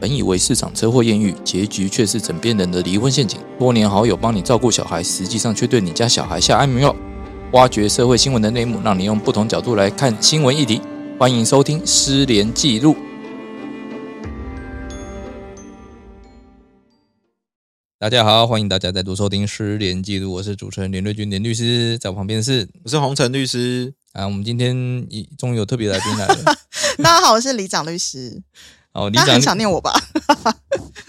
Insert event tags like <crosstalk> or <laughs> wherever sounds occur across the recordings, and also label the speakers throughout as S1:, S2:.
S1: 本以为市场车祸艳遇，结局却是枕边人的离婚陷阱。多年好友帮你照顾小孩，实际上却对你家小孩下安眠药。挖掘社会新闻的内幕，让你用不同角度来看新闻议题。欢迎收听《失联记录》。大家好，欢迎大家再度收听《失联记录》，我是主持人连瑞君，连律师，在我旁边是
S2: 我是洪晨律师。
S1: 啊，我们今天一终于有特别来宾来
S2: <laughs>
S1: 了。
S3: <laughs> 大家好，我是李长律师。
S1: 哦，你
S3: 大家
S1: 讲
S3: 很想念我吧？ <laughs>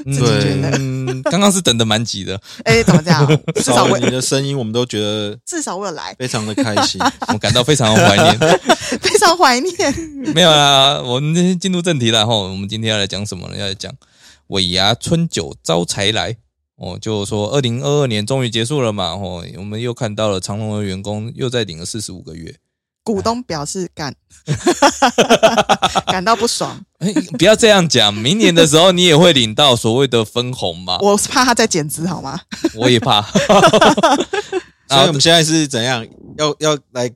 S1: 嗯
S2: 自己觉
S3: 得
S1: 嗯，刚刚是等的蛮急的，
S3: 哎、怎么这样？至少
S2: 少
S3: 我
S2: 了你的声音，我们都觉得
S3: 至少我有来， <laughs>
S2: 非常的开心。
S1: 我感到非常怀念。 <laughs>
S3: 非常怀念。
S1: 没有啦，我们进入正题了哈。我们今天要来讲什么呢？要来讲尾牙春酒招财来。哦，就说二零二二年终于结束了嘛，哦，我们又看到了长隆的员工又再领了四十五个月。
S3: 股东表示感 <laughs> 感到不爽，
S1: 哎，不要这样讲，明年的时候你也会领到所谓的分红
S2: <laughs>
S1: 嘛。
S3: 我是怕他在减资好吗？
S1: 我也怕，
S3: 啊
S2: 所以我们现在是怎样？要要来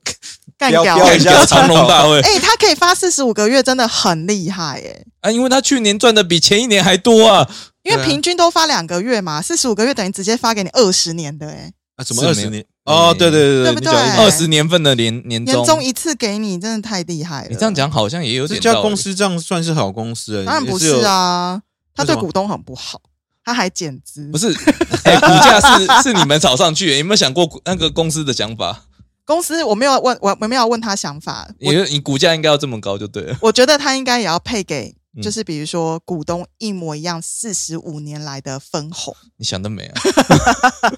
S3: 干
S2: 标
S3: 掉！
S2: 标一下
S1: 叫长隆大会
S3: 哎、他可以发四十五个月，真的很厉害哎、
S1: 啊，因为他去年赚的比前一年还多啊。
S3: 因
S2: 对
S3: 为
S2: 啊
S3: 平均都发两个月嘛，四十五个月等于直接发给你二十年的哎、
S2: 啊？什么
S1: 是没
S2: 二十
S1: 有哎
S2: 年？哦，对对对
S3: 对不
S2: 你讲哦一
S3: 对
S2: 讲
S1: 二十年份的年年
S3: 年
S1: 终，
S3: 终一次给你，真的太厉害了。
S1: 你这样，讲好像也有
S2: 这
S1: 点道
S2: 家
S1: 理
S2: 公司这样算是好公司了，欸
S3: 当然不
S2: 也有
S3: 是。啊，他
S2: 为什
S3: 对
S2: 么
S3: 股东很不好，他还减资，
S1: 不是， <laughs> 哎股价是是你们炒上去，有没有想过股那个公司的想法？
S3: 公司我没有问，我我没有问他想法，
S1: 你
S3: 我
S1: 你股价应该要这么高就对了。
S3: 我觉得他应该也要配给
S1: 嗯，
S3: 就是比如说股东一模一样四十五年来的分红，
S1: 你想得美
S3: <laughs>
S1: 啊！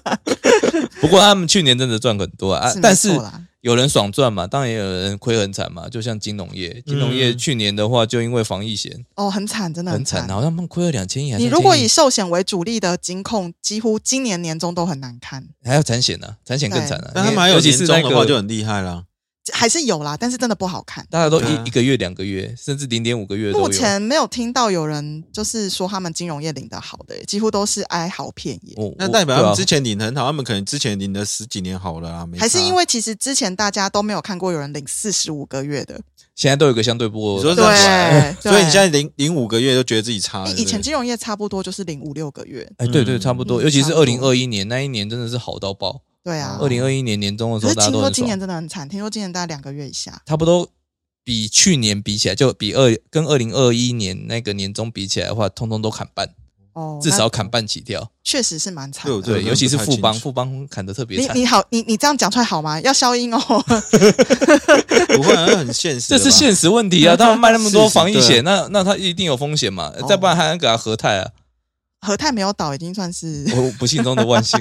S1: 不过他们去年真的赚很多啊，啊
S3: 是没
S1: 但是
S3: 错啦。
S1: 有人爽赚嘛，当然也有人亏很惨嘛。就像金融业，金融业
S2: 嗯
S1: 去年的话，就因为防疫险
S3: 哦，很惨，真的
S1: 很惨，啊哦
S3: 惨。
S1: 好像他们亏了两千亿还是
S3: 你
S1: 3000亿。
S3: 如果以寿险为主力的金控，几乎今年年终都很难看，
S1: 还有产险呢，产险更惨啊。
S2: 但他们还有
S1: 尤其
S2: 年
S1: 是
S2: 终
S1: 那
S2: 的话
S1: 个
S2: 就很厉害啦。
S3: 还是有啦，但是真的不好看。
S1: 大家都
S2: 对啊
S1: 一一个月、两个月，甚至零点五个月都有。
S3: 目前没有听到有人就是说他们金融业领的好的、几乎都是哀嚎遍野。
S1: 我
S2: 那代表他
S1: 我对啊
S2: 们之前领得很好，他们可能之前领了十几年好了啊，没
S3: 还是
S2: 差
S3: 因为其实之前大家都没有看过有人领四十五个月的，
S1: 现在都有一个相对波
S2: 你说
S1: 动
S2: 这样子啊
S3: 对，
S2: 所以你
S3: 对哎
S2: 现在领领五个月都觉得自己差了。
S3: 以前
S2: 对
S3: 金融业差不多就是领五六个月，
S1: 哎，对对，
S2: 嗯
S1: 差不多，
S3: 嗯
S1: 尤其是
S3: 差
S1: 二
S3: 不
S1: 零
S3: 多
S1: 二一年那一年真的是好到爆。
S3: 对啊
S1: 二。零二一年年中的时
S3: 可
S1: 候，
S3: 是
S1: 大家
S3: 听
S1: 都
S3: 说
S1: 很
S3: 今年
S1: 爽，
S3: 真的很惨，听说今年大概两个月以下，
S1: 差不多比去年比起来，就比二跟二零二一年那个年中比起来的话，通通都砍半，
S3: 哦，
S1: 至少
S3: 那
S1: 砍半起跳。
S3: 确实是蛮惨
S2: 对我
S3: 的。
S2: 这个
S1: 对，
S2: 真的
S1: 尤其是
S2: 不太
S1: 富邦，
S2: 清楚
S1: 富邦砍的特别
S3: 你
S1: 惨。
S3: 你好，你你这样讲出来好吗？要消音哦。 <laughs>
S2: 不会啊，那很现实
S1: 这
S2: 的吧。
S1: 是现实问题啊！他们卖那么多防疫
S2: 是是对
S1: 险，那那他一定有风险嘛？
S3: 哦
S1: 再不然还能给他和泰啊！
S3: 和泰没有倒已经算是，
S1: 我我不幸中的万
S3: <laughs>
S1: 幸，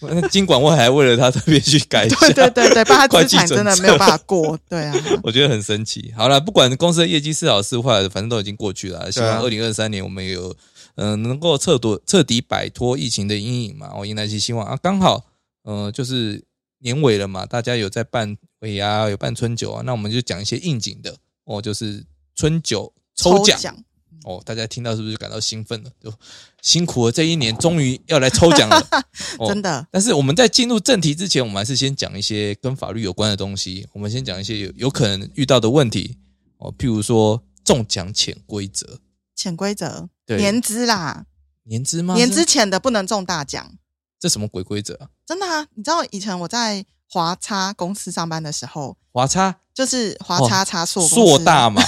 S1: 那金管会还为了他特别去改一下。
S3: 对对对对，不然他
S1: 会
S3: 资
S1: 计
S3: 产
S1: 准
S3: 真的
S1: 则
S3: 没有办法过。对啊，
S1: 我觉得很神奇。好了，不管公司的业绩是好是坏，反正都已经过去了。希望
S2: 对
S1: 二
S2: 啊
S1: 零二三年我们有嗯、呃能够彻多彻底摆脱疫情的阴影嘛。我迎来一些希望啊，刚好呃就是年尾了嘛，大家有在办尾牙，有办春酒啊，那我们就讲一些应景的哦，就是春酒 <laughs> 抽奖
S3: 奖
S1: 哦。大家听到是不是感到兴奋了？就辛苦了这一年，终于要来抽 <laughs> 奖了，哦
S3: 真的
S1: 但是我们在进入正题之前，我们还是先讲一些跟法律有关的东西。我们先讲一些有有可能遇到的问题哦，譬如说中奖潜规则，
S3: 潜规则，
S1: 对
S3: 年资啦，
S1: 年资吗？
S3: 年资
S1: 这
S3: 浅的不能中大奖。
S1: 这什么鬼规则啊？
S3: 真的啊，你知道以前我在华差公司上班的时候，
S1: 华差
S3: 就是华
S1: 哦
S3: 差差硕
S1: 硕大
S3: <laughs>
S1: 嘛？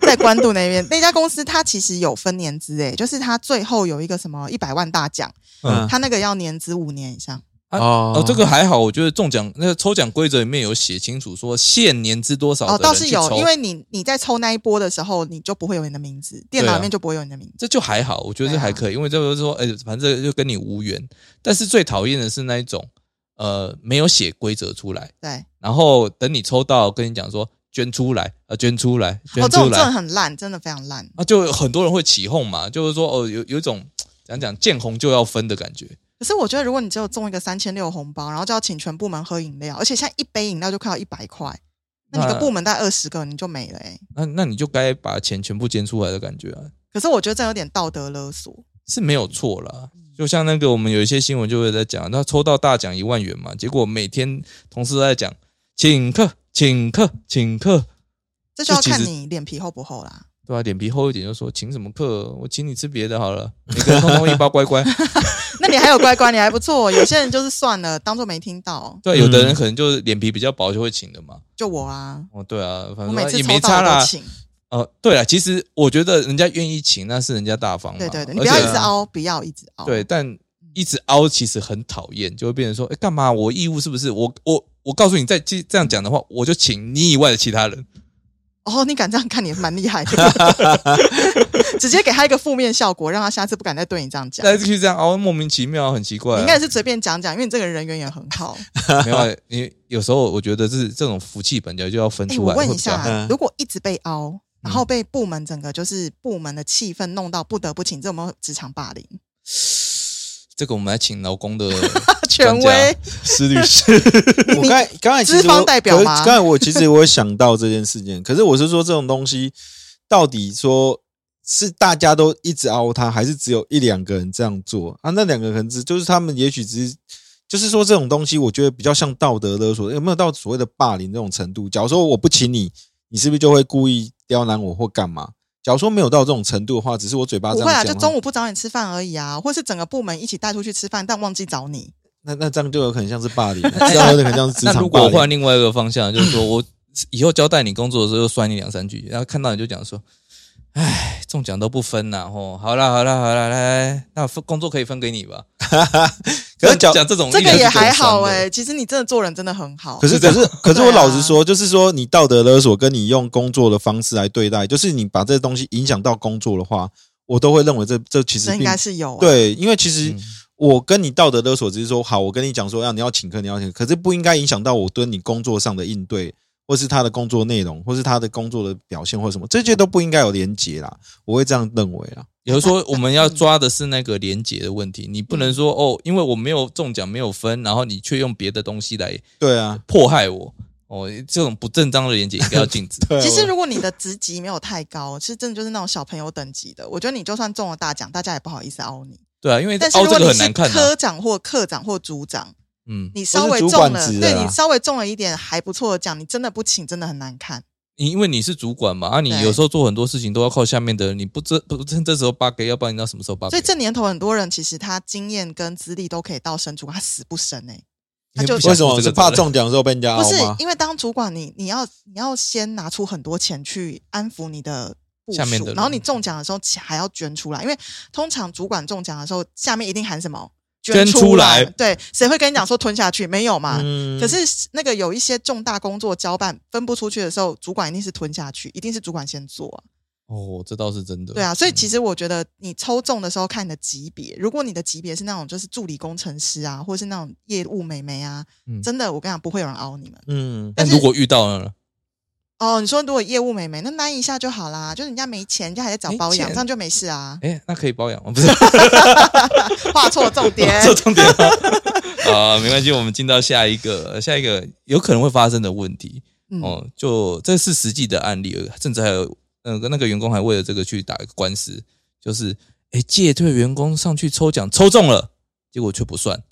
S3: 在关渡那边那家公司，它其实有分年资诶、就是它最后有一个什么一百万大奖，
S1: 嗯
S2: 嗯
S3: 它那个要年资五年以上。
S1: 啊
S2: 哦
S1: 哦，这个还好，我觉得中奖那个抽奖规则里面有写清楚说限年资多少的
S3: 哦，
S1: 人
S3: 倒是
S1: 去
S3: 有，
S1: 抽
S3: 因为你你在抽那一波的时候，你就不会有你的名字，啊电脑里面就不会有你的名字。
S1: 这就还好，我觉得这还
S3: 啊
S1: 可以，因为这就是说，哎、反正这个就跟你无缘。但是最讨厌的是那一种，呃，没有写规则出来。
S3: 对，
S1: 然后等你抽到，跟你讲说捐出来，呃，捐出来，捐
S3: 哦，这
S1: 出
S3: 种真
S1: 来，
S3: 的很烂，真的非常烂。
S1: 啊，就有很多人会起哄嘛，就是说哦，有有一种讲讲见红就要分的感觉，
S3: 可是我觉得，如果你只有中一个三千六红包，然后就要请全部门喝饮料，而且现在一杯饮料就快要一百块，那你
S1: 那
S3: 的部门大概二十个，你就没了欸诶、
S1: 那那你就该把钱全部捐出来的感觉啊，
S3: 可是我觉得这有点道德勒索。
S1: 是没有错啦。就像那个我们有一些新闻就会在讲，他抽到大奖一万元嘛，结果每天同事都在讲请客，请客，请客，
S3: 这就要
S1: 这其
S3: 看
S1: 实
S3: 你脸皮厚不厚啦。 <laughs>
S1: 对啊吧、脸皮厚一点就说请什么客，我请你吃别的好了，每个人通通一包乖
S3: <laughs>
S1: 乖。
S3: 那你还有乖乖，你还不错。有些人就是算了，当做没听到。
S1: 对啊、有的人可能就是脸皮比较薄就会请的嘛。
S3: 就我啊，
S1: 哦，对啊，反
S3: 我每
S1: 正
S3: 次
S1: 也
S3: 抽
S1: 没
S3: 到
S1: 差
S3: 我都
S1: 啦。
S3: 请。
S1: 呃，对啊，其实我觉得人家愿意请，那是人家大方嘛。
S3: 对对对，
S1: 嗯
S3: 你
S1: 而
S3: 不要
S1: 且
S3: 一直嗯凹，不要一直凹。
S1: 对，，但一直凹其实很讨厌，就会变成说，哎，干嘛？我义务是不是？我我我告诉你，再这这样讲的话，我就请你以外的其他人。
S3: 哦，你敢这样看，你也蛮厉害的。
S1: <laughs>
S3: 直接给他一个负面效果，让他下次不敢再对你这样讲。
S1: 来去这样凹，莫名其妙，很奇怪、
S3: 你
S1: 啊。
S3: 应该是随便讲讲，因为你这个人人缘也很好。
S1: <laughs> 没有啊，你有时候我觉得是这种福气本来就要分
S3: 哎、
S1: 出
S3: 我
S1: 来。
S3: 问
S1: 会
S3: 一
S1: 比较好嗯
S2: 会比较
S3: 下
S2: 好，
S3: 如果一直被凹，然后被部门整个就是部门的气氛弄到不得不请，这有没有职场霸凌？ <laughs>
S1: 这个我们来请劳工的
S3: 权威
S1: 施律师。
S2: 我刚才刚才其实
S3: 资方
S2: 我
S3: 代表
S2: 可是
S3: 吗
S2: 刚才我其实我有想到这件事情，可是我是说这种东西到底说是大家都一直凹他，还是只有一两个人这样做啊？那两个人只就是他们也许只是。就是说，这种东西我觉得比较像道德勒索，有没有到所谓的霸凌这种程度？假如说我不请你，你是不是就会故意刁难我或干嘛？假如说没有到这种程度的话，只是我嘴巴
S3: 不
S2: 这样
S3: 会啊，
S2: 讲的
S3: 就
S2: 话，
S3: 中午不找你吃饭而已啊，或是整个部门一起带出去吃饭，但忘记找你。
S2: 那那这样就有可能像是霸
S3: <laughs>
S2: 凌，啊这样有可能像是职
S1: <laughs> 那如
S2: 场
S1: 果
S2: 霸
S1: 我
S2: 凌。啊
S1: 换另外一个方向，就是说我 <clears throat> 以后交代你工作的时候就酸你两三句，然后看到你就讲说：“哎，中奖都不分呐、吼，好啦好啦好啦，来来，那分工作可以分给你
S2: <laughs>
S1: 吧。”
S2: 可是讲
S1: 讲这种
S3: 这
S1: 一
S3: 个
S1: 来就
S3: 也
S1: 觉得
S3: 还好
S1: 酸
S3: 哎、
S1: 的
S3: 其实你真的做人真的很好。
S2: 可是
S1: 这
S2: 可
S1: 样
S2: 是
S1: <laughs>
S2: 可是
S3: 对啊
S2: 我老实说，就是说你道德勒索跟你用工作的方式来对待，就是你把这东西影响到工作的话，我都会认为这这其实
S3: 这应
S2: 并
S3: 该是有、啊，
S2: 对，因为其实
S1: 嗯
S2: 我跟你道德勒索只是说好，我跟你讲说啊要你要请客，你要请客，可是不应该影响到我对你工作上的应对。或是他的工作内容，或是他的工作的表现，或什么，这些都不应该有连结啦。我会这样认为啦。
S1: 有人说我们要抓的是那个连结的问题，你不能
S3: 嗯
S1: 说哦，因为我没有中奖没有分，然后你却用别的东西来 <laughs>
S2: 对啊，。
S1: 迫害我。哦，这种不正当的连结应该要禁
S3: <laughs>
S1: 止
S2: 对啊
S3: 其实
S2: 我
S3: 如果你的职级没有太高，是真的就是那种小朋友等级的，我觉得你就算中了大奖，大家也不好意思凹你。
S1: 对啊，因为
S3: 但是
S1: 凹
S3: 如果
S1: 这个
S3: 你
S1: 很
S3: 是
S1: 难看的、
S3: 科长或课长或组长，
S1: 嗯，
S3: 你稍微
S2: 或是主
S3: 中
S2: 管
S3: 了，
S2: 职的
S1: 啊
S3: 对
S2: 啦
S3: 你稍微中了一点还不错的奖，你真的不请真的很难看。
S1: 你因为你是主管嘛，啊，你
S3: 对
S1: 有时候做很多事情都要靠下面的人，你不这不趁这时候八给，要不然你到什么时候八
S3: 所
S1: 给
S3: 以？这年头很多人其实他经验跟资历都可以到升主管，他死不升哎、他就
S1: 你不
S2: 为
S1: 想
S2: 什
S1: 负
S2: 么
S1: 这
S2: 是
S1: 个
S2: 怕
S1: 责任
S2: 中奖的时候被人家
S3: 不
S2: 凹
S3: 是
S2: 吗？
S3: 因为当主管你你要你要先拿出很多钱去安抚你的。部
S1: 下面
S3: 署
S1: 的，人嗯
S3: 然后你中奖的时候钱还要捐出来，因为通常主管中奖的时候，下面一定喊什么
S1: 捐出
S3: 出
S1: 来
S3: 对，谁会跟你讲说吞下去？没有嘛。
S2: 嗯
S3: 啊可是那个有一些重大工作交办分不出去的时候，主管一定是吞下去，一定是主管先做啊。
S1: 哦，这倒是真的。
S3: 对啊，所以其实我觉得你抽中的时候看你的级别，如果你的级别是那种就是助理工程师啊，或是那种业务美眉啊，
S1: 嗯
S3: 真的我跟你讲不会有人凹你们。
S2: 嗯，
S1: 但
S3: 但是
S1: 如果遇到了呢，
S3: 哦，你说如果业务美眉，那拉一下就好啦，就是人家没钱，人家还在找
S1: 没
S3: 保
S1: 钱。
S3: 养，这样就没事啊
S1: 哎，那可以包养吗？不是，
S3: 画错重点，
S1: <laughs> 这重点吗啊，没关系，我们进到下一个，下一个有可能会发生的问题
S3: 嗯，
S1: 哦，就这是实际的案例，甚至还有呃那个那个员工还为了这个去打一个官司，就是哎借退员工上去抽奖抽中了，结果却不算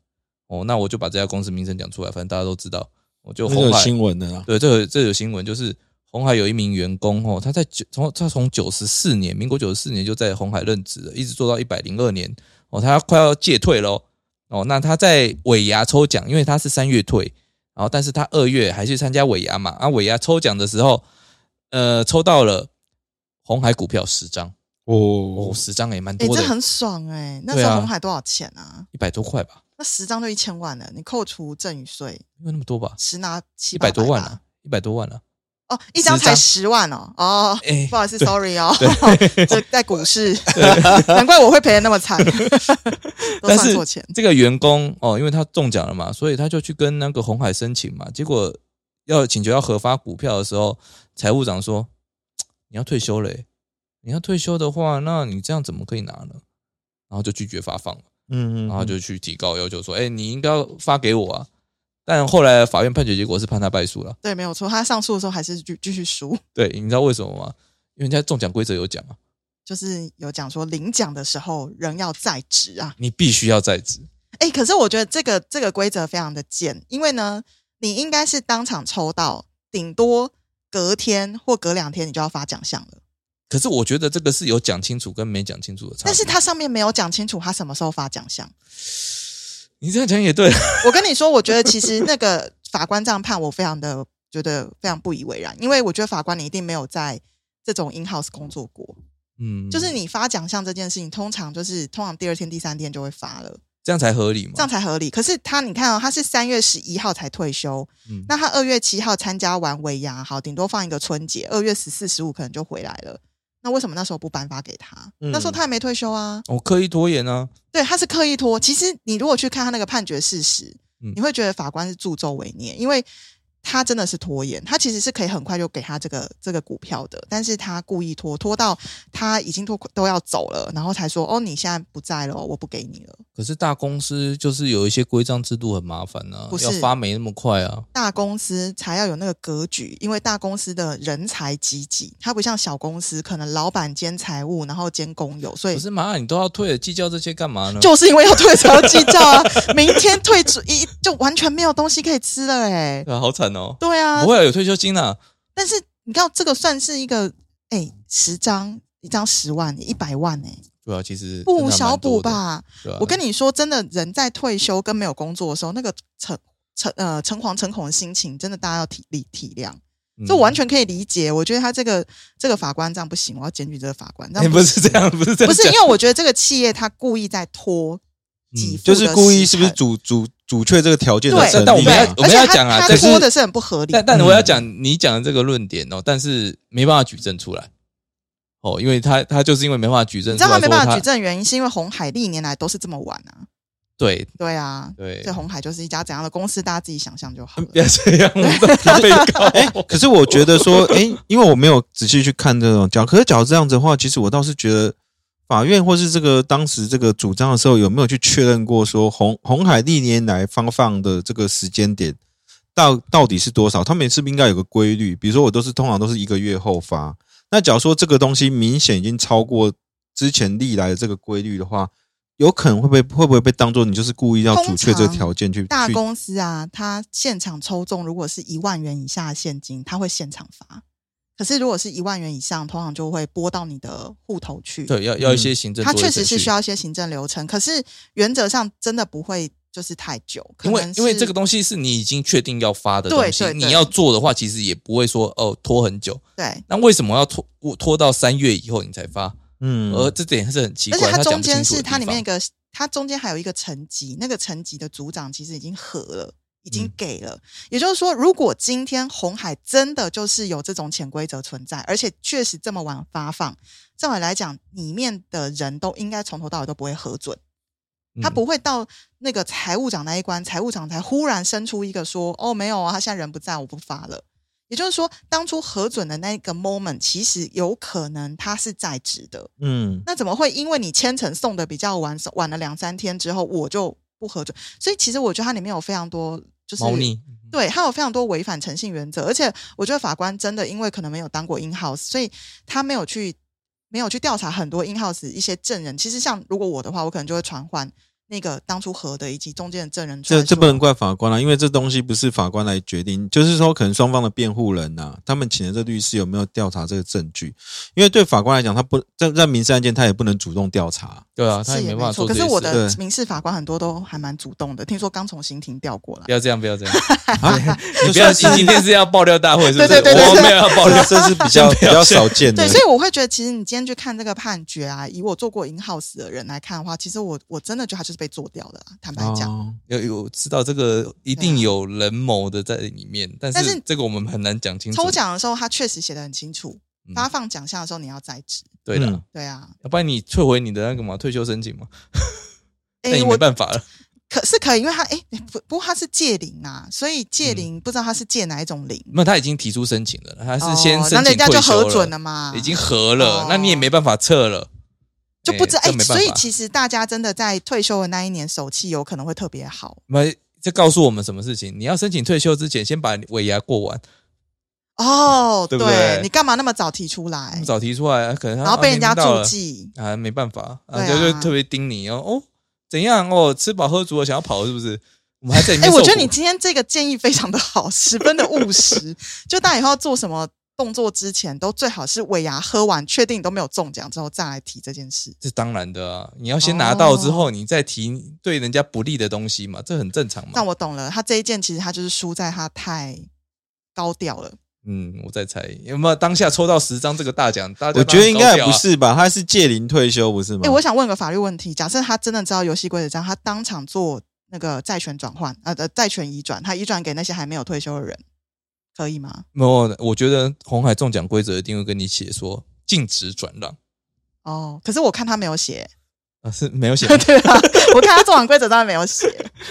S1: 哦，那我就把这家公司名声讲出来，反正大家都知道，我就
S2: 那
S1: 红
S2: 有
S1: 海
S2: 新闻的
S3: 啊
S2: 啦。
S1: 对，这有这有新闻，就是红海有一名员工哦，他在九从他从九十四年，民国九十四年就在红海任职了，一直做到一百零二年哦，他快要戒退喽哦。那他在尾牙抽奖，因为他是三月退，然后但是他二月还去参加尾牙嘛，啊尾牙抽奖的时候，呃，抽到了红海股票十张哦，
S2: 哦，
S1: 十张也蛮
S3: 哎，
S1: 多
S3: 这
S1: 的，
S3: 很爽哎。那
S1: 对
S3: 时候
S1: 啊
S3: 红海多少钱啊？
S1: 一百多块吧，
S3: 那十张就一千万了，你扣除赠与税，
S1: 没有那么多吧，
S3: 十拿七
S1: 一百多万
S3: 了。
S1: 啊，一百多万啊，
S3: 哦，一张
S1: 十
S3: 才
S1: 张
S3: 十万哦，哦，
S1: 哎
S3: 不好意思，sorry 哦，这在股市，难怪我会赔的那么
S1: <laughs>
S3: 惨，都
S1: 但
S3: 算
S1: 是
S3: 错钱，
S1: 这个员工哦，因为他中奖了嘛，所以他就去跟那个红海申请嘛。结果要请求要核发股票的时候，财务长说：“你要退休了、欸，你要退休的话，那你这样怎么可以拿呢？”然后就拒绝发放了，
S2: 嗯嗯，
S1: 然后就去提告要求说：“哎、你应该要发给我啊！”但后来法院判决结果是判他败诉了。
S3: 对，没有错。他上诉的时候还是继继续输，
S1: 对，你知道为什么吗？因为人家中奖规则有讲啊，
S3: 就是有讲说领奖的时候人要在职啊，
S1: 你必须要在职。
S3: 哎，可是我觉得这个这个规则非常的贱，因为呢，你应该是当场抽到，顶多隔天或隔两天你就要发奖项了。
S1: 可是我觉得这个是有讲清楚跟没讲清楚的差别。
S3: 但是它上面没有讲清楚他什么时候发奖项。
S1: 你这样讲也对，
S3: 我跟你说，我觉得其实
S1: <laughs>
S3: 那个法官这样判，我非常的觉得非常不以为然，因为我觉得法官你一定没有在这种 in house 工作过，
S1: 嗯，
S3: 就是你发奖项这件事情，通常就是通常第二天、第三天就会发了，
S1: 这样才合理嘛。
S3: 这样才合理。可是他，你看哦，他是三月十一号才退休，
S1: 嗯
S3: 那他二月七号参加完尾牙，好，顶多放一个春节，二月十四、十五可能就回来了。那为什么那时候不颁发给他？
S2: 嗯
S3: 那时候他还没退休啊。
S1: 我哦刻意拖延啊，
S3: 对，他是刻意拖。其实你如果去看他那个判决事实，
S1: 嗯
S3: 你会觉得法官是助纣为虐，因为他真的是拖延，他其实是可以很快就给他这个这个股票的，但是他故意拖，拖到他已经都都要走了，然后才说哦，你现在不在了，我不给你了。
S1: 可是大公司就是有一些规章制度很麻烦啊
S3: 不，是
S1: 要发没那么快啊。
S3: 大公司才要有那个格局，因为大公司的人才济济，它不像小公司，可能老板兼财务，然后兼工友，所以
S1: 可是啊马上你都要退了，计较这些干嘛呢？
S3: 就是因为要退才要计较啊。明天退出一就完全没有东西可以吃了哎、
S1: 啊好惨哦，
S3: 对啊
S1: 不，会啊有退休金啊，
S3: 但是你看这个算是一个哎、十张一张十万一百万哎、
S1: 对啊，其实
S3: 不
S1: 真的还
S3: 无
S1: 蛮
S3: 小补
S1: 多的？
S3: 吧？
S1: 对啊
S3: 我跟你说，真的人在退休跟没有工作的时候，那个诚诚呃诚惶诚恐的心情，真的大家要体力体谅。
S1: 你
S3: 这我完全可以理解。我觉得他这个这个法官这样不行，我要检举这个法官。这
S1: <laughs>
S3: 样
S1: 不是这样，不是这样讲，
S3: 不是因为我觉得这个企业他故意在拖给
S1: 嗯
S3: 付
S2: 就
S3: 的时程，
S2: 是故意是不是主主主确这个条件的
S3: 对
S2: 成立？
S1: 但我们要
S3: 对
S1: 我们要讲啊
S3: 而
S1: 这
S3: 且他他
S1: 是
S3: 拖的是很不合理。
S1: 但但我要讲你讲的这个论点哦，但是没办法举证出来哦，因为他他就是因为没办法举证
S3: 你
S1: 出
S3: 知道
S1: 来，
S3: 他没办法
S1: 所以
S3: 举证的原因，是因为红海历年来都是这么晚啊。
S1: 对
S3: 对啊，
S1: 对
S3: 这，红海就是一家怎样的公司，大家自己想象就好
S1: 不要
S3: 了。
S1: 这样，我们都
S3: <laughs>
S1: 是被
S3: 哎
S1: 告。
S2: 可是我觉得说，诶，因为我没有仔细去看这种，假可是假如这样子的话，其实我倒是觉得法院或是这个当时这个主张的时候，有没有去确认过说红红海历年来发放的这个时间点到到底是多少？他们是不是应该有个规律？比如说我都是通常都是一个月后发，那假如说这个东西明显已经超过之前历来的这个规律的话。有可能会被会不会被当做你就是故意要主确这个条件去
S3: 大
S2: 去
S3: 公司啊，他现场抽中，如果是一万元以下的现金，他会现场罚。可是如果是一万元以上，通常就会拨到你的户头去。
S1: 对，要要一些行政
S3: 它
S1: 作业
S3: 嗯确
S1: 程序，
S3: 实是需要一些行政流程，可是原则上真的不会就是太久，可
S1: 因为
S3: 能是
S1: 因为这个东西是你已经确定要发的东西，
S3: 对对对
S1: 你要做的话，其实也不会说哦拖很久。
S3: 对，
S1: 那为什么要拖拖到三月以后你才发？
S2: 嗯
S3: 呃
S1: 而这点是很奇
S3: 而
S1: 怪，
S3: 且它
S1: 他讲
S3: 中
S1: 不清
S3: 间
S1: 楚的
S3: 是它
S1: 地
S3: 里面一
S1: 方。
S3: 个，它中间还有一个层级，那个层级的组长其实已经核了。已经
S1: 嗯
S3: 给了，也就是说，如果今天红海真的就是有这种潜规则存在，而且确实这么晚发放，照理来讲，里面的人都应该从头到尾都不会核准。他
S1: 嗯
S3: 不会到那个财务长那一关，财务长才忽然生出一个说：“哦，没有啊，他现在人不在，我不发了。”也就是说，当初核准的那个 moment，其实有可能他是在职的。
S2: 嗯
S3: 那怎么会因为你签呈送的比较晚，晚了两三天之后，我就不核准？所以其实我觉得它里面有非常多就是
S1: 猫腻，
S3: 对，他有非常多违反诚信原则，而且我觉得法官真的因为可能没有当过 in house，所以他没有去没有去调查很多 in house 一些证人。其实像如果我的话，我可能就会传唤那个当初合的以及中间的证人出来
S2: 这
S3: 说。
S2: 这不能怪法官啦、啊因为这东西不是法官来决定，就是说可能双方的辩护人呐、啊他们请的这律师有没有调查这个证据？因为对法官来讲，他不在在民事案件，他也不能主动调查。
S1: 对啊，他
S3: 是
S1: 也
S3: 也
S1: 没办法
S3: 没
S1: 做
S3: 错，可
S1: 这些
S3: 是
S1: 事。
S3: 我的
S2: 对
S3: 民事法官很多都还蛮主动的，听说刚从刑庭调过来
S1: 不。要这样，不
S3: <laughs>
S1: 要这样，
S2: 啊，
S1: 你
S2: 就
S1: 不要，
S2: 算
S1: 你今天是要爆料大会，是不是？
S3: 对对对对对
S1: 我没有要爆料
S3: <laughs>
S2: 这，这是比较比较少见的
S3: 对，。所以我会觉得，其实你今天去看这个判决啊，以我做过 in house 的人来看的话，其实我我真的觉得他就是被做掉的啦。坦白讲，
S2: 哦
S1: 有有知道这个一定有人谋的在里面，但
S3: 啊但
S1: 是
S3: 是
S1: 这个我们很难讲清楚。
S3: 抽奖的时候他确实写的很清楚，
S1: 嗯
S3: 发放奖项的时候你要在职。
S1: 对的，
S2: 嗯
S3: 对啊，
S1: 要不然你退回你的那个嘛退休申请嘛，那
S3: 哎、
S1: 你没
S3: 我
S1: 办法了。
S3: 可是可以，因为他哎、不不过他是借龄啊，所以借
S1: 嗯
S3: 龄不知道他是借哪一种龄，
S1: 没有，他已经提出申请了，他是先
S3: 哦，那
S1: 申请
S3: 人家
S1: 退
S3: 就
S1: 休
S3: 核准了嘛，
S1: 已经核了，
S3: 哦
S1: 那你也没办法撤了，
S3: 就不知
S1: 哎
S3: 哎、
S1: 这没办
S3: 所以
S1: 法。
S3: 其实大家真的在退休的那一年，手气有可能会特别好
S1: 没这告诉我们什么事情？你要申请退休之前，先把尾牙过完，
S3: 哦。
S1: 对不对
S3: 你干嘛那么早提出来，
S1: 早提出来，可能他
S3: 哎然后被人家
S1: 啊
S3: 注
S1: 年纪
S3: 记？
S1: 到了啊，没办法啊，
S3: 对啊
S1: 就就特别盯你哦，哦，怎样哦，吃饱喝足了想要跑是不是？我们还在里
S3: 哎、
S1: 面受
S3: 我
S1: 苦， <laughs>
S3: 觉得你今天这个建议非常的好，十分的务实。就大家以后要做什么动作之前都最好是尾牙喝完，确定都没有中奖之后再来提这件事。
S1: 这当然的啊，你要先拿到之
S3: 哦
S1: 后，你再提对人家不利的东西嘛，这很正常
S3: 那
S1: 嘛。
S3: 我懂了，他这一件其实他就是输在他太高调了。
S1: 嗯，我在猜有没有当下抽到十张这个大奖，大家
S2: 我觉得应
S1: 当
S2: 该
S1: 然
S2: 也
S1: 高
S2: 不
S1: 调啊
S2: 是吧？他是届龄退休不是吗
S3: 哎、？我想问个法律问题：假设他真的知道游戏规则这样，他当场做那个债权转换，呃呃，债权移转，他移转给那些还没有退休的人，可以吗？
S1: 没有，我觉得红海中奖规则一定会跟你写说禁止转让
S3: 哦，可是我看他没有写，
S1: 啊，是没有
S3: <laughs>
S1: 写吗，
S3: 对啊，我看他中奖规则当然没有写，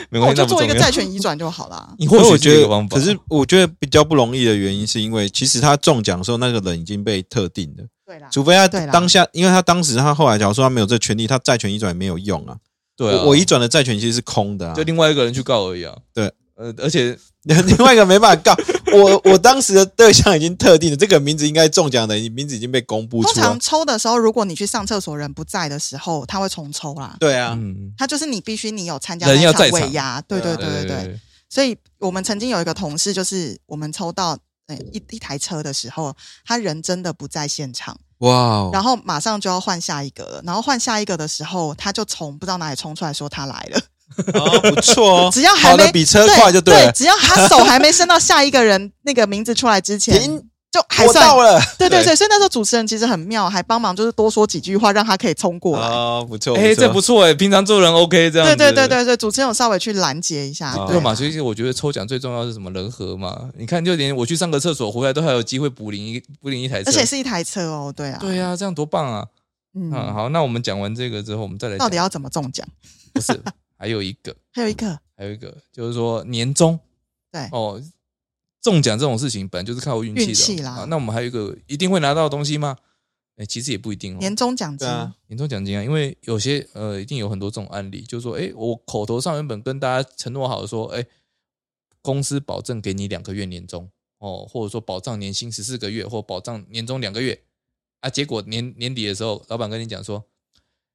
S1: 没
S3: 那我
S1: 关系，
S3: 就
S1: 那不
S3: 做一
S1: 重
S3: 个债
S1: 要。
S3: 权移转就
S1: <laughs>
S3: 好啦。
S1: 你
S2: 可
S1: 或
S2: 是我
S1: 许是
S2: 觉
S1: 一
S2: 得
S1: 个方，法，啊
S2: 可是我觉得比较不容易的原因，是因为其实他中奖的时候，那个人已经被特定了，
S3: 对啦，
S2: 除非他
S3: 对啦
S2: 当下，因为他当时他后来假如说他没有这权利，他债权移转也没有用啊。
S1: 对啊，
S2: 我我移转的债权其实是空的啊
S1: 就，另外一个人去告而已啊。
S2: 对，
S1: 呃，而且
S2: <laughs> 另外一个没办法告。我我当时的对象已经特定了，这个名字应该中奖的名字已经被公布
S3: 通
S2: 出啊来
S3: 常。抽的时候，如果你去上厕所人不在的时候，他会重抽啦。
S2: 对啊，
S1: 嗯，
S3: 他就是你必须你有参加
S1: 人
S3: 那
S1: 要
S3: 场
S1: 在场啊
S3: 尾牙，对对对对对。，所以我们曾经有一个同事，就是我们抽到呃一一台车的时候，他人真的不在现场，
S2: 哇哦，
S3: 然后马上就要换下一个了。然后换下一个的时候，他就从不知道哪里冲出来说他来了，
S2: 哦不错哦，
S3: <laughs> 只要还
S2: 跑
S3: 没
S2: 得比车快就
S3: 对
S2: 对了。
S3: 只要他手还没伸到下一个人那个名字出来之前
S2: 停，
S3: 就还
S2: 我到
S3: 算。
S2: 了
S3: 对对
S1: 对
S3: 对，所以那时候主持人其实很妙，还帮忙就是多说几句话，让他可以冲过来。
S2: 哦，不错，
S1: 哎，这不错哎，平常做人 OK 这样
S3: 对
S1: 子。
S3: 对对对对，主持人有稍微去拦截一下，
S2: 啊
S1: 对
S3: 对
S1: 嘛，所以我觉得抽奖最重要是什么人和嘛？你看，就连我去上个厕所回来都还有机会补领一补领一台车，
S3: 而且是一台车哦，对啊，
S1: 对啊，这样多棒啊！
S3: 嗯，
S1: 嗯，好，那我们讲完这个之后，我们再来
S3: 到
S1: 讲
S3: 底要怎么中奖？
S1: 不是还有一个
S3: 还有一个，
S1: 还有一个就是说年终
S3: 对
S1: 哦，中奖这种事情本来就是靠运气的
S3: 运气啦
S1: 啊那我们还有一个一定会拿到的东西吗？哎，其实也不一定哦。
S3: 年终奖金
S2: 对，啊
S1: 年终奖金啊，因为有些呃，一定有很多这种案例，就是说，哎，我口头上原本跟大家承诺好说，哎，公司保证给你两个月年终哦，或者说保障年薪十四个月，或保障年终两个月啊，结果年年底的时候，老板跟你讲说，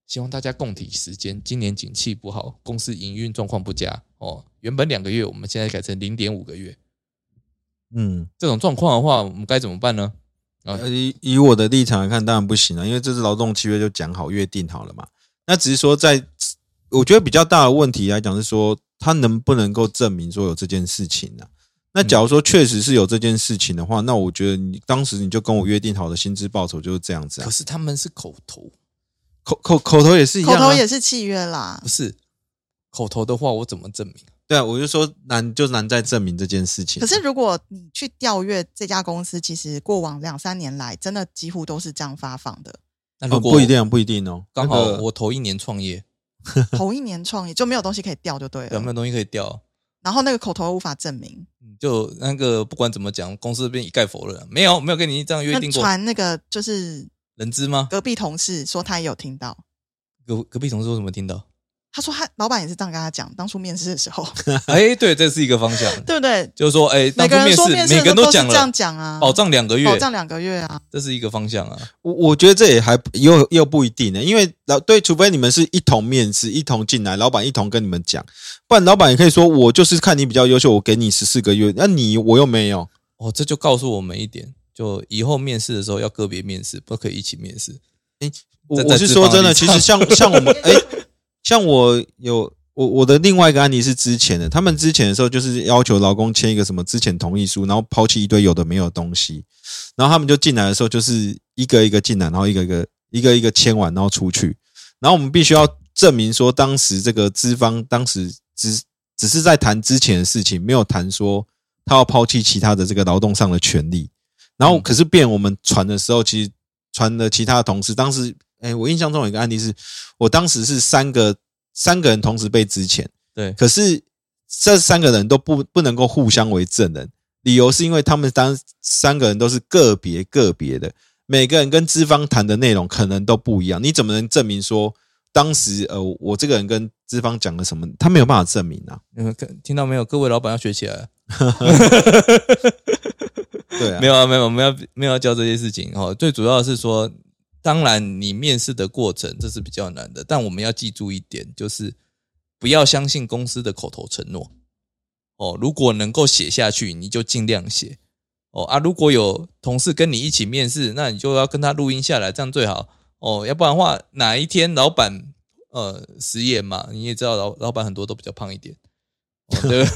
S1: 希望大家共体时间，今年景气不好，公司营运状况不佳哦，原本两个月，我们现在改成零点五个月，
S2: 嗯。
S1: 这种状况的话，我们该怎么办呢？
S2: 呃，以以我的立场来看，当然不行啊了，因为这是劳动契约就讲好约定好了嘛。那只是说在，我觉得比较大的问题来讲是说，他能不能够证明说有这件事情呢、
S1: 嗯
S2: 那假如说确实是有这件事情的话，那我觉得你当时你就跟我约定好的薪资报酬就是这样子啊
S1: 可，是他们是口头，
S2: 口口口头也是一样、
S3: 口
S2: 啊，
S3: 头也是契约啦
S1: 不。是口头的话，我怎么证明？
S2: 对啊，我就说难就难在证明这件事情。啊嗯
S3: 可是如果你去调阅这家公司，其实过往两三年来，真的几乎都是这样发放
S1: <laughs>
S3: 的。
S1: 那
S2: 呃、
S1: 如果
S2: 不一定啊，不一定哦，
S1: 刚
S2: 那
S1: 好
S2: 个
S1: 我头一年创业，
S3: 头一年创业就没有东西可以调，就对啊
S1: 有没有
S3: 了。
S1: 东西可以调？
S3: 然后那个口头无法证明，
S1: 嗯就那个不管怎么讲，公司这边一概否认，没有没有跟你这样约
S3: 那
S1: 定过。
S3: 传那个就是
S1: 人资
S3: <laughs>
S1: 吗？
S3: 隔壁同事说他也有听到，
S1: 隔隔壁同事为什么听
S3: <laughs>
S1: 到？
S3: 他说他老板也是这样跟他讲，当初面试的
S1: <laughs>
S3: 时候，
S1: 哎，对，这是一个方向，
S3: 对不对？
S1: 就是说，哎，当初
S3: 每个人说
S1: 面
S3: 试
S1: 试每
S3: 的
S1: 个
S3: 时候
S1: 人
S3: 都是
S1: 讲
S3: 这样
S1: 了，
S3: 讲啊，
S1: 保障两个月
S3: 保，障两个月
S1: <laughs>
S3: 啊，
S1: 这是一个方向啊。
S2: 我我觉得这也还又又不一定呢，因为老对，除非你们是一同面试，一同进来，老板一同跟你们讲，不然老板也可以说，我就是看你比较优秀，我给你十四个月，那你我又没有，
S1: 哦，这就告诉我们一点，就以后面试的时候要个别面试，不可以一起面试。
S2: 我
S1: 在
S2: 我是
S1: 在
S2: 说
S1: 资方
S2: 真的，
S1: 立
S2: 其
S1: 场
S2: 实像
S1: <laughs>
S2: 像我们哎、像我有我我的另外一个案例是之前的，他们之前的时候就是要求劳工签一个什么之前同意书，然后抛弃一堆有的没有的东西，然后他们就进来的时候就是一个一个进来，然后一个一个一个一个签完，然后出去，然后我们必须要证明说当时这个资方当时只只是在谈之前的事情，没有谈说他要抛弃其他的这个劳动上的权利。然后
S1: 嗯
S2: 可是变我们传的时候，其实传的其他的同事，当时哎，我印象中有一个案例是，我当时是三个三个人同时被支遣，
S1: 对
S2: 可是这三个人都不不能够互相为证人，理由是因为他们当三个人都是个别个别的，每个人跟资方谈的内容可能都不一样，你怎么能证明说当时呃我这个人跟资方讲了什么？他没有办法证明啊，
S1: 你们看听到没有？各位老板要学起来啊。
S2: 对啊，
S1: 没有啊，没有，没有，没有要教这些事情哦。最主要是说，当然你面试的过程这是比较难的，但我们要记住一点，就是不要相信公司的口头承诺哦。如果能够写下去，你就尽量写哦啊，如果有同事跟你一起面试，那你就要跟他录音下来，这样最好哦。要不然的话，哪一天老板呃食言嘛，你也知道老老板很多都比较胖一点，哦、对吧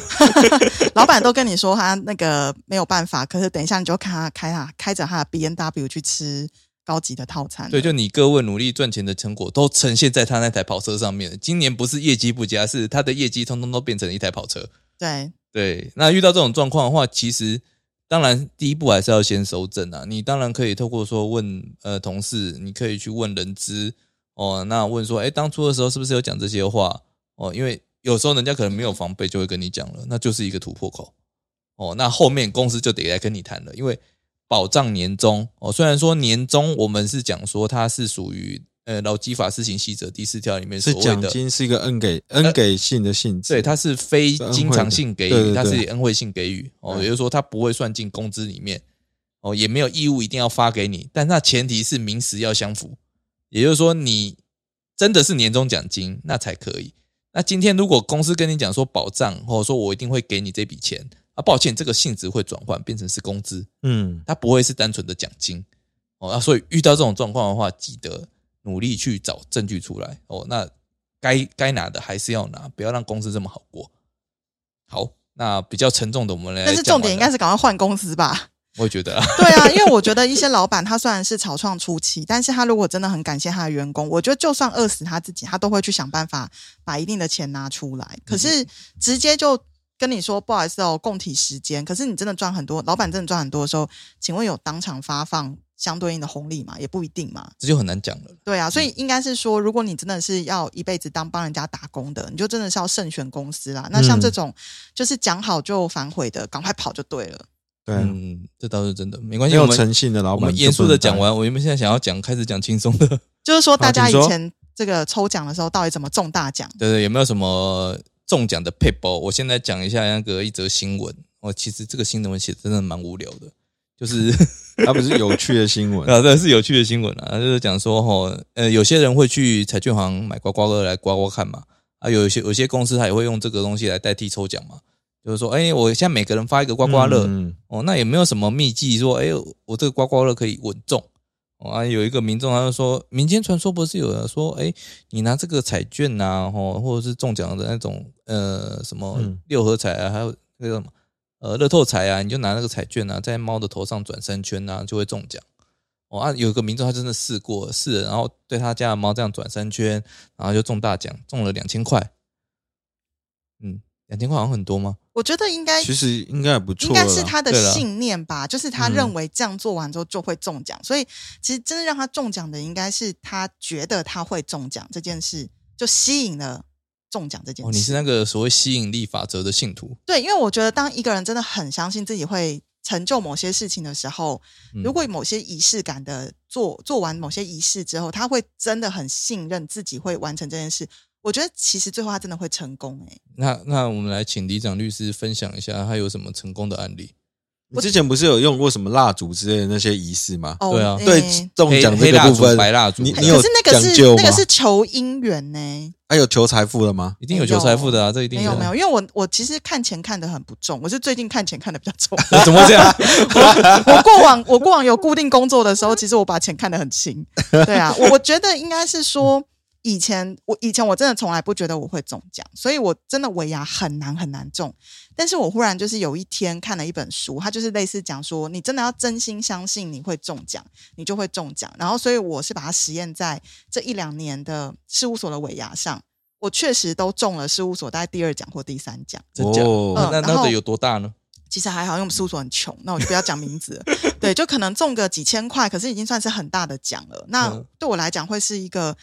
S3: 老板都跟你说他那个没有办法，可是等一下你就看他开他开着他的 B N W 去吃高级的套餐了。
S1: 对，就你各位努力赚钱的成果都呈现在他那台跑车上面了。今年不是业绩不佳，是他的业绩通通都变成了一台跑车。
S3: 对
S1: 对，那遇到这种状况的话，其实当然第一步还是要先收正啊。你当然可以透过说问呃同事，你可以去问人资哦，那问说，哎，当初的时候是不是有讲这些话哦？因为有时候人家可能没有防备，就会跟你讲了，那就是一个突破口哦。那后面公司就得来跟你谈了，因为保障年终哦。虽然说年终我们是讲说它是属于呃劳基法施行细则第四条里面所
S2: 是
S1: 谓
S2: 奖
S1: 的呃
S2: 金是一个恩给恩给性的性质，
S1: 对，它是非
S2: 是恩惠
S1: 经常性给
S2: 的对
S1: 予，
S2: 对
S1: 它是
S2: 对
S1: 以恩惠性给予哦，
S2: 嗯
S1: 也就是说它不会算进工资里面哦，也没有义务一定要发给你，但那前提是名实要相符，也就是说你真的是年终奖金那才可以。那今天如果公司跟你讲说保障，或者说我一定会给你这笔钱啊，抱歉，这个性质会转换变成是工资，
S2: 嗯，
S1: 它不会是单纯的奖金哦。啊，所以遇到这种状况的话，记得努力去找证据出来哦。那该该拿的还是要拿，不要让公司这么好过。好，那比较沉重的我们来，
S3: 但是重点应该
S1: 是，
S3: 是赶快换公司吧？
S1: 我也觉得啊， <laughs>
S3: 对啊，因为我觉得一些老板他虽然是草创初期，但是他如果真的很感谢他的员工，我觉得就算饿死他自己，他都会去想办法把一定的钱拿出来。可是直接就跟你说不好意思哦，供体时间，可是你真的赚很多，老板真的赚很多的时候，请问有当场发放相对应的红利吗？也不一定嘛。
S1: 这就很难讲了。
S3: 对啊，所以应该是说，如果你真的是要一辈子当帮人家打工的，你就真的是要慎选公司啦。那像这种就是讲好就反悔的，赶快跑就对了。
S2: 对，啊
S1: 嗯，这倒是真的，没关
S2: 没
S1: 系，我
S2: 有
S1: 们
S2: 诚信的老
S1: 我
S2: 板，
S1: 们严肃的
S2: <laughs>
S1: 讲，完，我们现在想要讲开始讲轻松的，
S3: 就是说，大家
S2: 好
S3: 以
S2: 请说
S3: 前这个抽奖的时候到底怎么中大奖？
S1: 对对，有没有什么中奖的 p a p e 我现在讲一下那个一则新闻，我、其实这个新闻写得真的蛮无聊的，就是。
S2: 它不是有趣的新闻，
S1: 啊，这是有趣的新闻啊，就是讲说吼，呃，有些人会去彩券行买刮刮乐来刮刮看嘛，啊，有一些有些公司它也会用这个东西来代替抽奖嘛，就是说，哎、我现在每个人发一个刮刮乐，
S2: 嗯
S1: 哦，那也没有什么秘技说，哎、我这个刮刮乐可以稳中。哦、啊，有一个民众他就说，民间传说不是有人说，哎、你拿这个彩券呐、啊，吼，或者是中奖的那种呃什么
S2: 嗯
S1: 六合彩啊，还有那个什么呃乐透彩啊，你就拿那个彩券啊，在猫的头上转三圈啊，就会中奖。哦啊，有一个民众他真的试过，试了，然后对他家的猫这样转三圈，然后就中大奖，中了两千块。嗯，两千块好像很多吗？
S3: 我觉得应该
S2: 其实应该也不错
S3: 哎应
S2: 啦，
S3: 该是他的
S1: 对了
S3: 信念吧，就是他
S2: 嗯
S3: 认为这样做完之后就会中奖，所以其实真的让他中奖的应该是他觉得他会中奖这件事，就吸引了中奖这件事。
S1: 哦，你是那个所谓吸引力法则的信徒。
S3: 对，因为我觉得当一个人真的很相信自己会成就某些事情的时候，
S1: 嗯
S3: 如果某些仪式感的做做完某些仪式之后，他会真的很信任自己会完成这件事。我觉得其实最后他真的会成功、欸，
S1: 那那我们来请李长律师分享一下他有什么成功的案例。
S2: 你之前不是有用过什么蜡烛之类的那些仪式吗？
S3: 哦，
S1: 对啊
S3: 欸
S2: 对中
S1: 黑
S2: 奖
S1: 黑
S2: 这个
S1: 蜡
S2: 部
S1: 烛、
S2: 分，
S1: 白蜡烛，
S2: 你
S3: 可
S2: 你有
S3: 可是那个
S2: 讲
S3: 是
S2: 究吗
S3: 那个是求姻缘呢、
S2: 还有求财富了吗？
S1: 一定有求财富的啊，这一定
S3: 没有
S1: 的
S2: 哦
S3: 没有，因为我我其实看钱看得很不重，我是最近看钱看得比较重。
S1: <laughs> 怎么会这样？
S3: 我过往我过往有固定工作的时候，其实我把钱看得很轻。对啊，我我觉得应该是说，以前我以前我真的从来不觉得我会中奖，所以我真的尾牙很难很难中。但是我忽然就是有一天看了一本书，它就是类似讲说，你真的要真心相信你会中奖，你就会中奖。然后，所以我是把它实验在这一两年的事务所的尾牙上，我确实都中了事务所大概第二奖或第三奖。
S1: 真假？
S2: 哦
S1: 那那
S3: 嗯然
S1: 那
S3: 后
S1: 得有多大呢？ <laughs>
S3: 其实还好，因为我们事务所很穷，那我就不要讲名
S2: <laughs>
S3: 字了。对，就可能中个几千块，可是已经算是很大的奖了。那
S1: 嗯
S3: 对我来讲，会是一个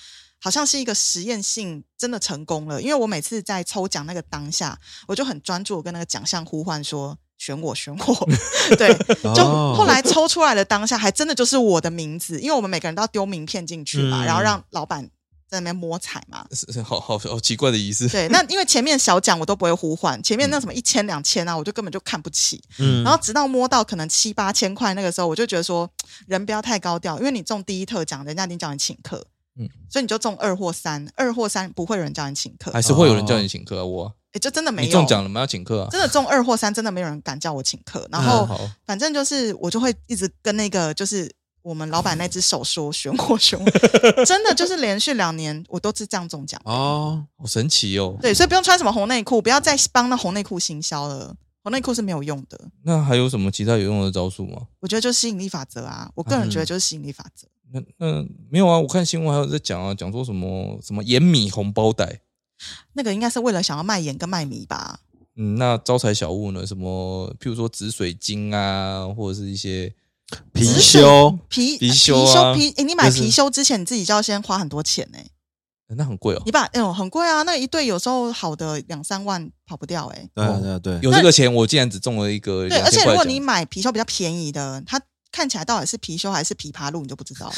S3: 好像是一个实验性真的成功了，因为我每次在抽奖那个当下，我就很专注，我跟那个奖项呼唤说。选我，选
S2: <laughs>
S3: 我！对， <laughs> 就
S2: 哦
S3: 后来抽出来的当下，还真的就是我的名字，因为我们每个人都要丢名片进去嘛，
S2: 嗯
S3: 然后让老板在那边摸彩嘛。
S1: 是是好好好奇怪的仪式。
S3: 对，那因为前面小奖我都不会呼唤，前面那什么一千、两千啊，我就根本就看不起。
S2: 嗯
S3: 然后直到摸到可能七八千块那个时候，我就觉得说人不要太高调，因为你中第一特奖，人家已经叫你请客，
S1: 嗯
S3: 嗯，所以你就中二或三，二或三不会有人叫你请客，
S1: <laughs> 还是会有
S2: 哦
S1: 人叫你请客啊？我
S3: 诶就真的没
S1: 哎你
S3: 有
S1: 中奖了吗？要请客啊？
S3: 真的中二或三，真的没有人敢叫我请客。然
S1: 啊
S3: 后
S1: 好
S3: 反正就是我就会一直跟那个就是我们老板那只手说选我选我，
S1: <laughs>
S3: 真的就是连续两年我都是这样中奖。
S2: 哦，
S1: 好神奇哦！
S3: 对，所以不用穿什么红内裤，不要再帮那红内裤行销了，红内裤是没有用的。
S1: 那还有什么其他有用的招数吗？
S3: 我觉得就是吸引力法则啊，我个人
S1: 嗯
S3: 觉得就是吸引力法则。
S1: 那那没有啊，我看新闻还有在讲啊，讲说什么什么盐米红包袋，
S3: 那个应该是为了想要卖盐跟卖米吧？
S1: 嗯，那招财小物呢？什么譬如说紫水晶啊，或者是一些
S2: 貔
S3: 紫水
S2: 貅
S1: 貔
S3: 貔
S1: 貅
S3: 貔
S1: 啊
S3: 貅貔，诶你买
S1: 就是
S3: 貔貅之前，你自己就要先花很多钱呢、欸
S1: 呃那很贵哦
S3: 你，把，哎呦，很贵啊！那一对有时候好的两三万跑不掉哎、
S2: 对啊对啊对啊，
S1: 哦有这个钱我竟然只中了一个
S3: 对，
S1: 两
S3: 而且
S1: 千
S3: 如
S1: 块
S3: 果
S1: 奖，
S3: 你买貔貅比较便宜的，它看起来到底是貔貅还是枇杷啊鹿，你就不知道了。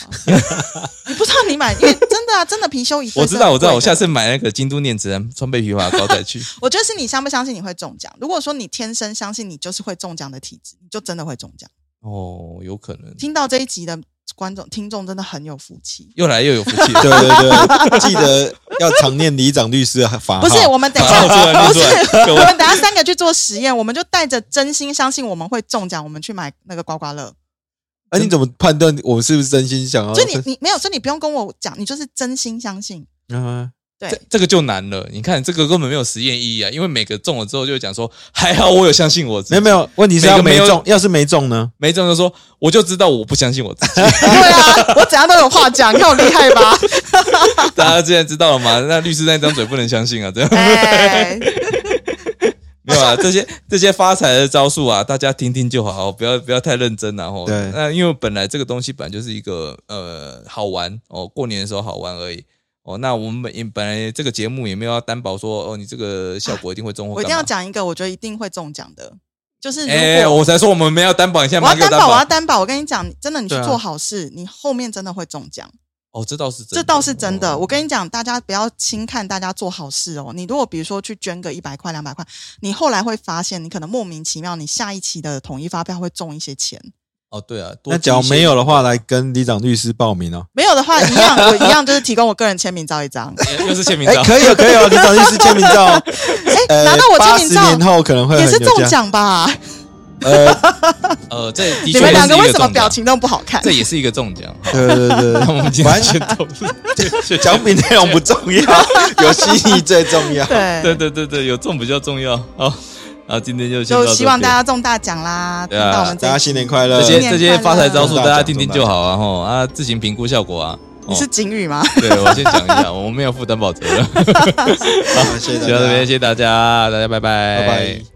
S3: 你不知道你买，因为真的啊，真的貔貅一对
S1: 我知道我知道，
S3: 是很贵的
S1: 我下次买那个京都念慈庵川贝枇杷膏再
S3: <laughs>
S1: 去。
S3: 我觉得是你相不相信你会中奖。如果说你天生相信你就是会中奖的体质，你就真的会中奖。
S1: 哦，有可能
S3: 听到这一集的观众听众真的很有福气。
S1: 又来又有福气了。
S2: <laughs> 对对对，记得要常念里长律师的法号。
S3: 不是，我们等一
S1: 啊 <laughs> 好
S3: 下
S1: 出。来，
S3: 不
S1: 念出
S3: 是
S1: 来，，各
S3: <laughs> 我
S1: 位
S3: 们等一下三个去做实验，我们就带着真心相信我们会中奖，我们去买那个刮刮乐。
S2: 哎，你怎么判断我是不是真心
S1: 哦
S2: 想要？ <laughs>
S3: 所以你你没有，所以你不用跟我讲，你就是真心
S1: <laughs>
S3: 相信。
S2: 嗯
S3: 对，
S1: 这这个就难了。你看，这个根本没有实验意义啊，因为每个中了之后就会讲说，还好我有相信我自己，
S2: 没有没有，问题是要
S1: 每
S2: 没
S1: 个没有
S2: 中，要是没中呢？
S1: 没中就说，我就知道我不相信我自己。
S3: <laughs> 对啊，我怎样都有
S1: <laughs>
S3: 话讲，你看我厉害吧？
S1: 大家现在知道了吗？那律师那张嘴不能相信啊，这样
S3: 哎，
S1: 没有啊。这些这些发财的招数啊，大家听听就好，不要不要太认真了、啊、哦。
S2: 对
S1: 那因为本来这个东西本来就是一个呃好玩哦，过年的时候好玩而已。哦，那我们本也本来这个节目也没有要担保说哦，你这个效果一定会中或
S3: 我
S1: 干
S3: 一
S1: 嘛。
S3: 定要讲一个，我觉得一定会中奖的，就是如果、
S1: 哎、我才说我们没有担保，你现在
S3: 我
S1: 马
S3: 要
S1: 上给
S3: 担
S1: 担
S3: 保，我
S1: 保
S3: 要。担保。我跟你讲，真的，你去
S2: 对啊
S3: 做好事，你后面真的会中奖，
S1: 哦，这倒是真的，
S3: 这倒是真的。
S1: 哦
S3: 我跟你讲，大家不要轻看大家做好事哦。你如果比如说去捐个一百块、两百块，你后来会发现，你可能莫名其妙，你下一期的统一发票会中一些钱。
S1: 哦，对啊，多
S2: 那
S1: 捐
S2: 假
S1: 一
S2: 如
S1: 些
S2: 没有的话，来跟里长律师报名哦。
S3: 没有的话，一样，我一样就是提供我个人签名照一张。
S1: 又又是签名
S2: 哎
S1: 照，，
S2: 可以哦，可以哦，里长律师签名 <laughs> 照，
S3: 哎，
S2: 呃，
S3: 拿到我签名
S2: 八十
S3: 照
S2: 年后可能会
S3: 也
S2: 很
S3: 是
S2: 有
S3: 中。奖吧？
S2: 呃，
S1: 呃，这的确
S3: 你们两个
S1: 也是
S3: 为
S1: 一
S3: 什么
S1: 中奖
S3: 表？情都不好看
S1: 这？也是一个中
S2: <laughs>
S1: 奖。好
S2: 对对对
S1: 那我们今
S2: 对，
S1: 天
S2: 完全
S1: 都是
S2: <laughs>
S1: 就
S2: 奖品内容不重要，有心意最重要。
S3: 对
S1: 对对对对，有中比较重要。好，啊，今天就先到
S3: 就
S1: 这
S3: 希望
S1: 边
S3: 大家中大奖啦！
S1: 对
S3: 听
S1: 啊
S3: 到我们这
S2: 大
S3: 一
S2: 家
S3: 集
S2: 新年快乐！
S1: 这些
S3: 新年
S1: 这些发财招数，
S2: 快
S1: 大
S2: 乐
S1: 家听听就好啊吼啊，自行评估效果啊。
S3: 你是警语吗？
S1: 哦对，我先讲一下，我们没有负担保责任。
S2: <laughs> 好谢谢大
S1: 就到这边，
S2: 家
S1: 谢，谢大家，大家拜拜，
S2: 拜拜。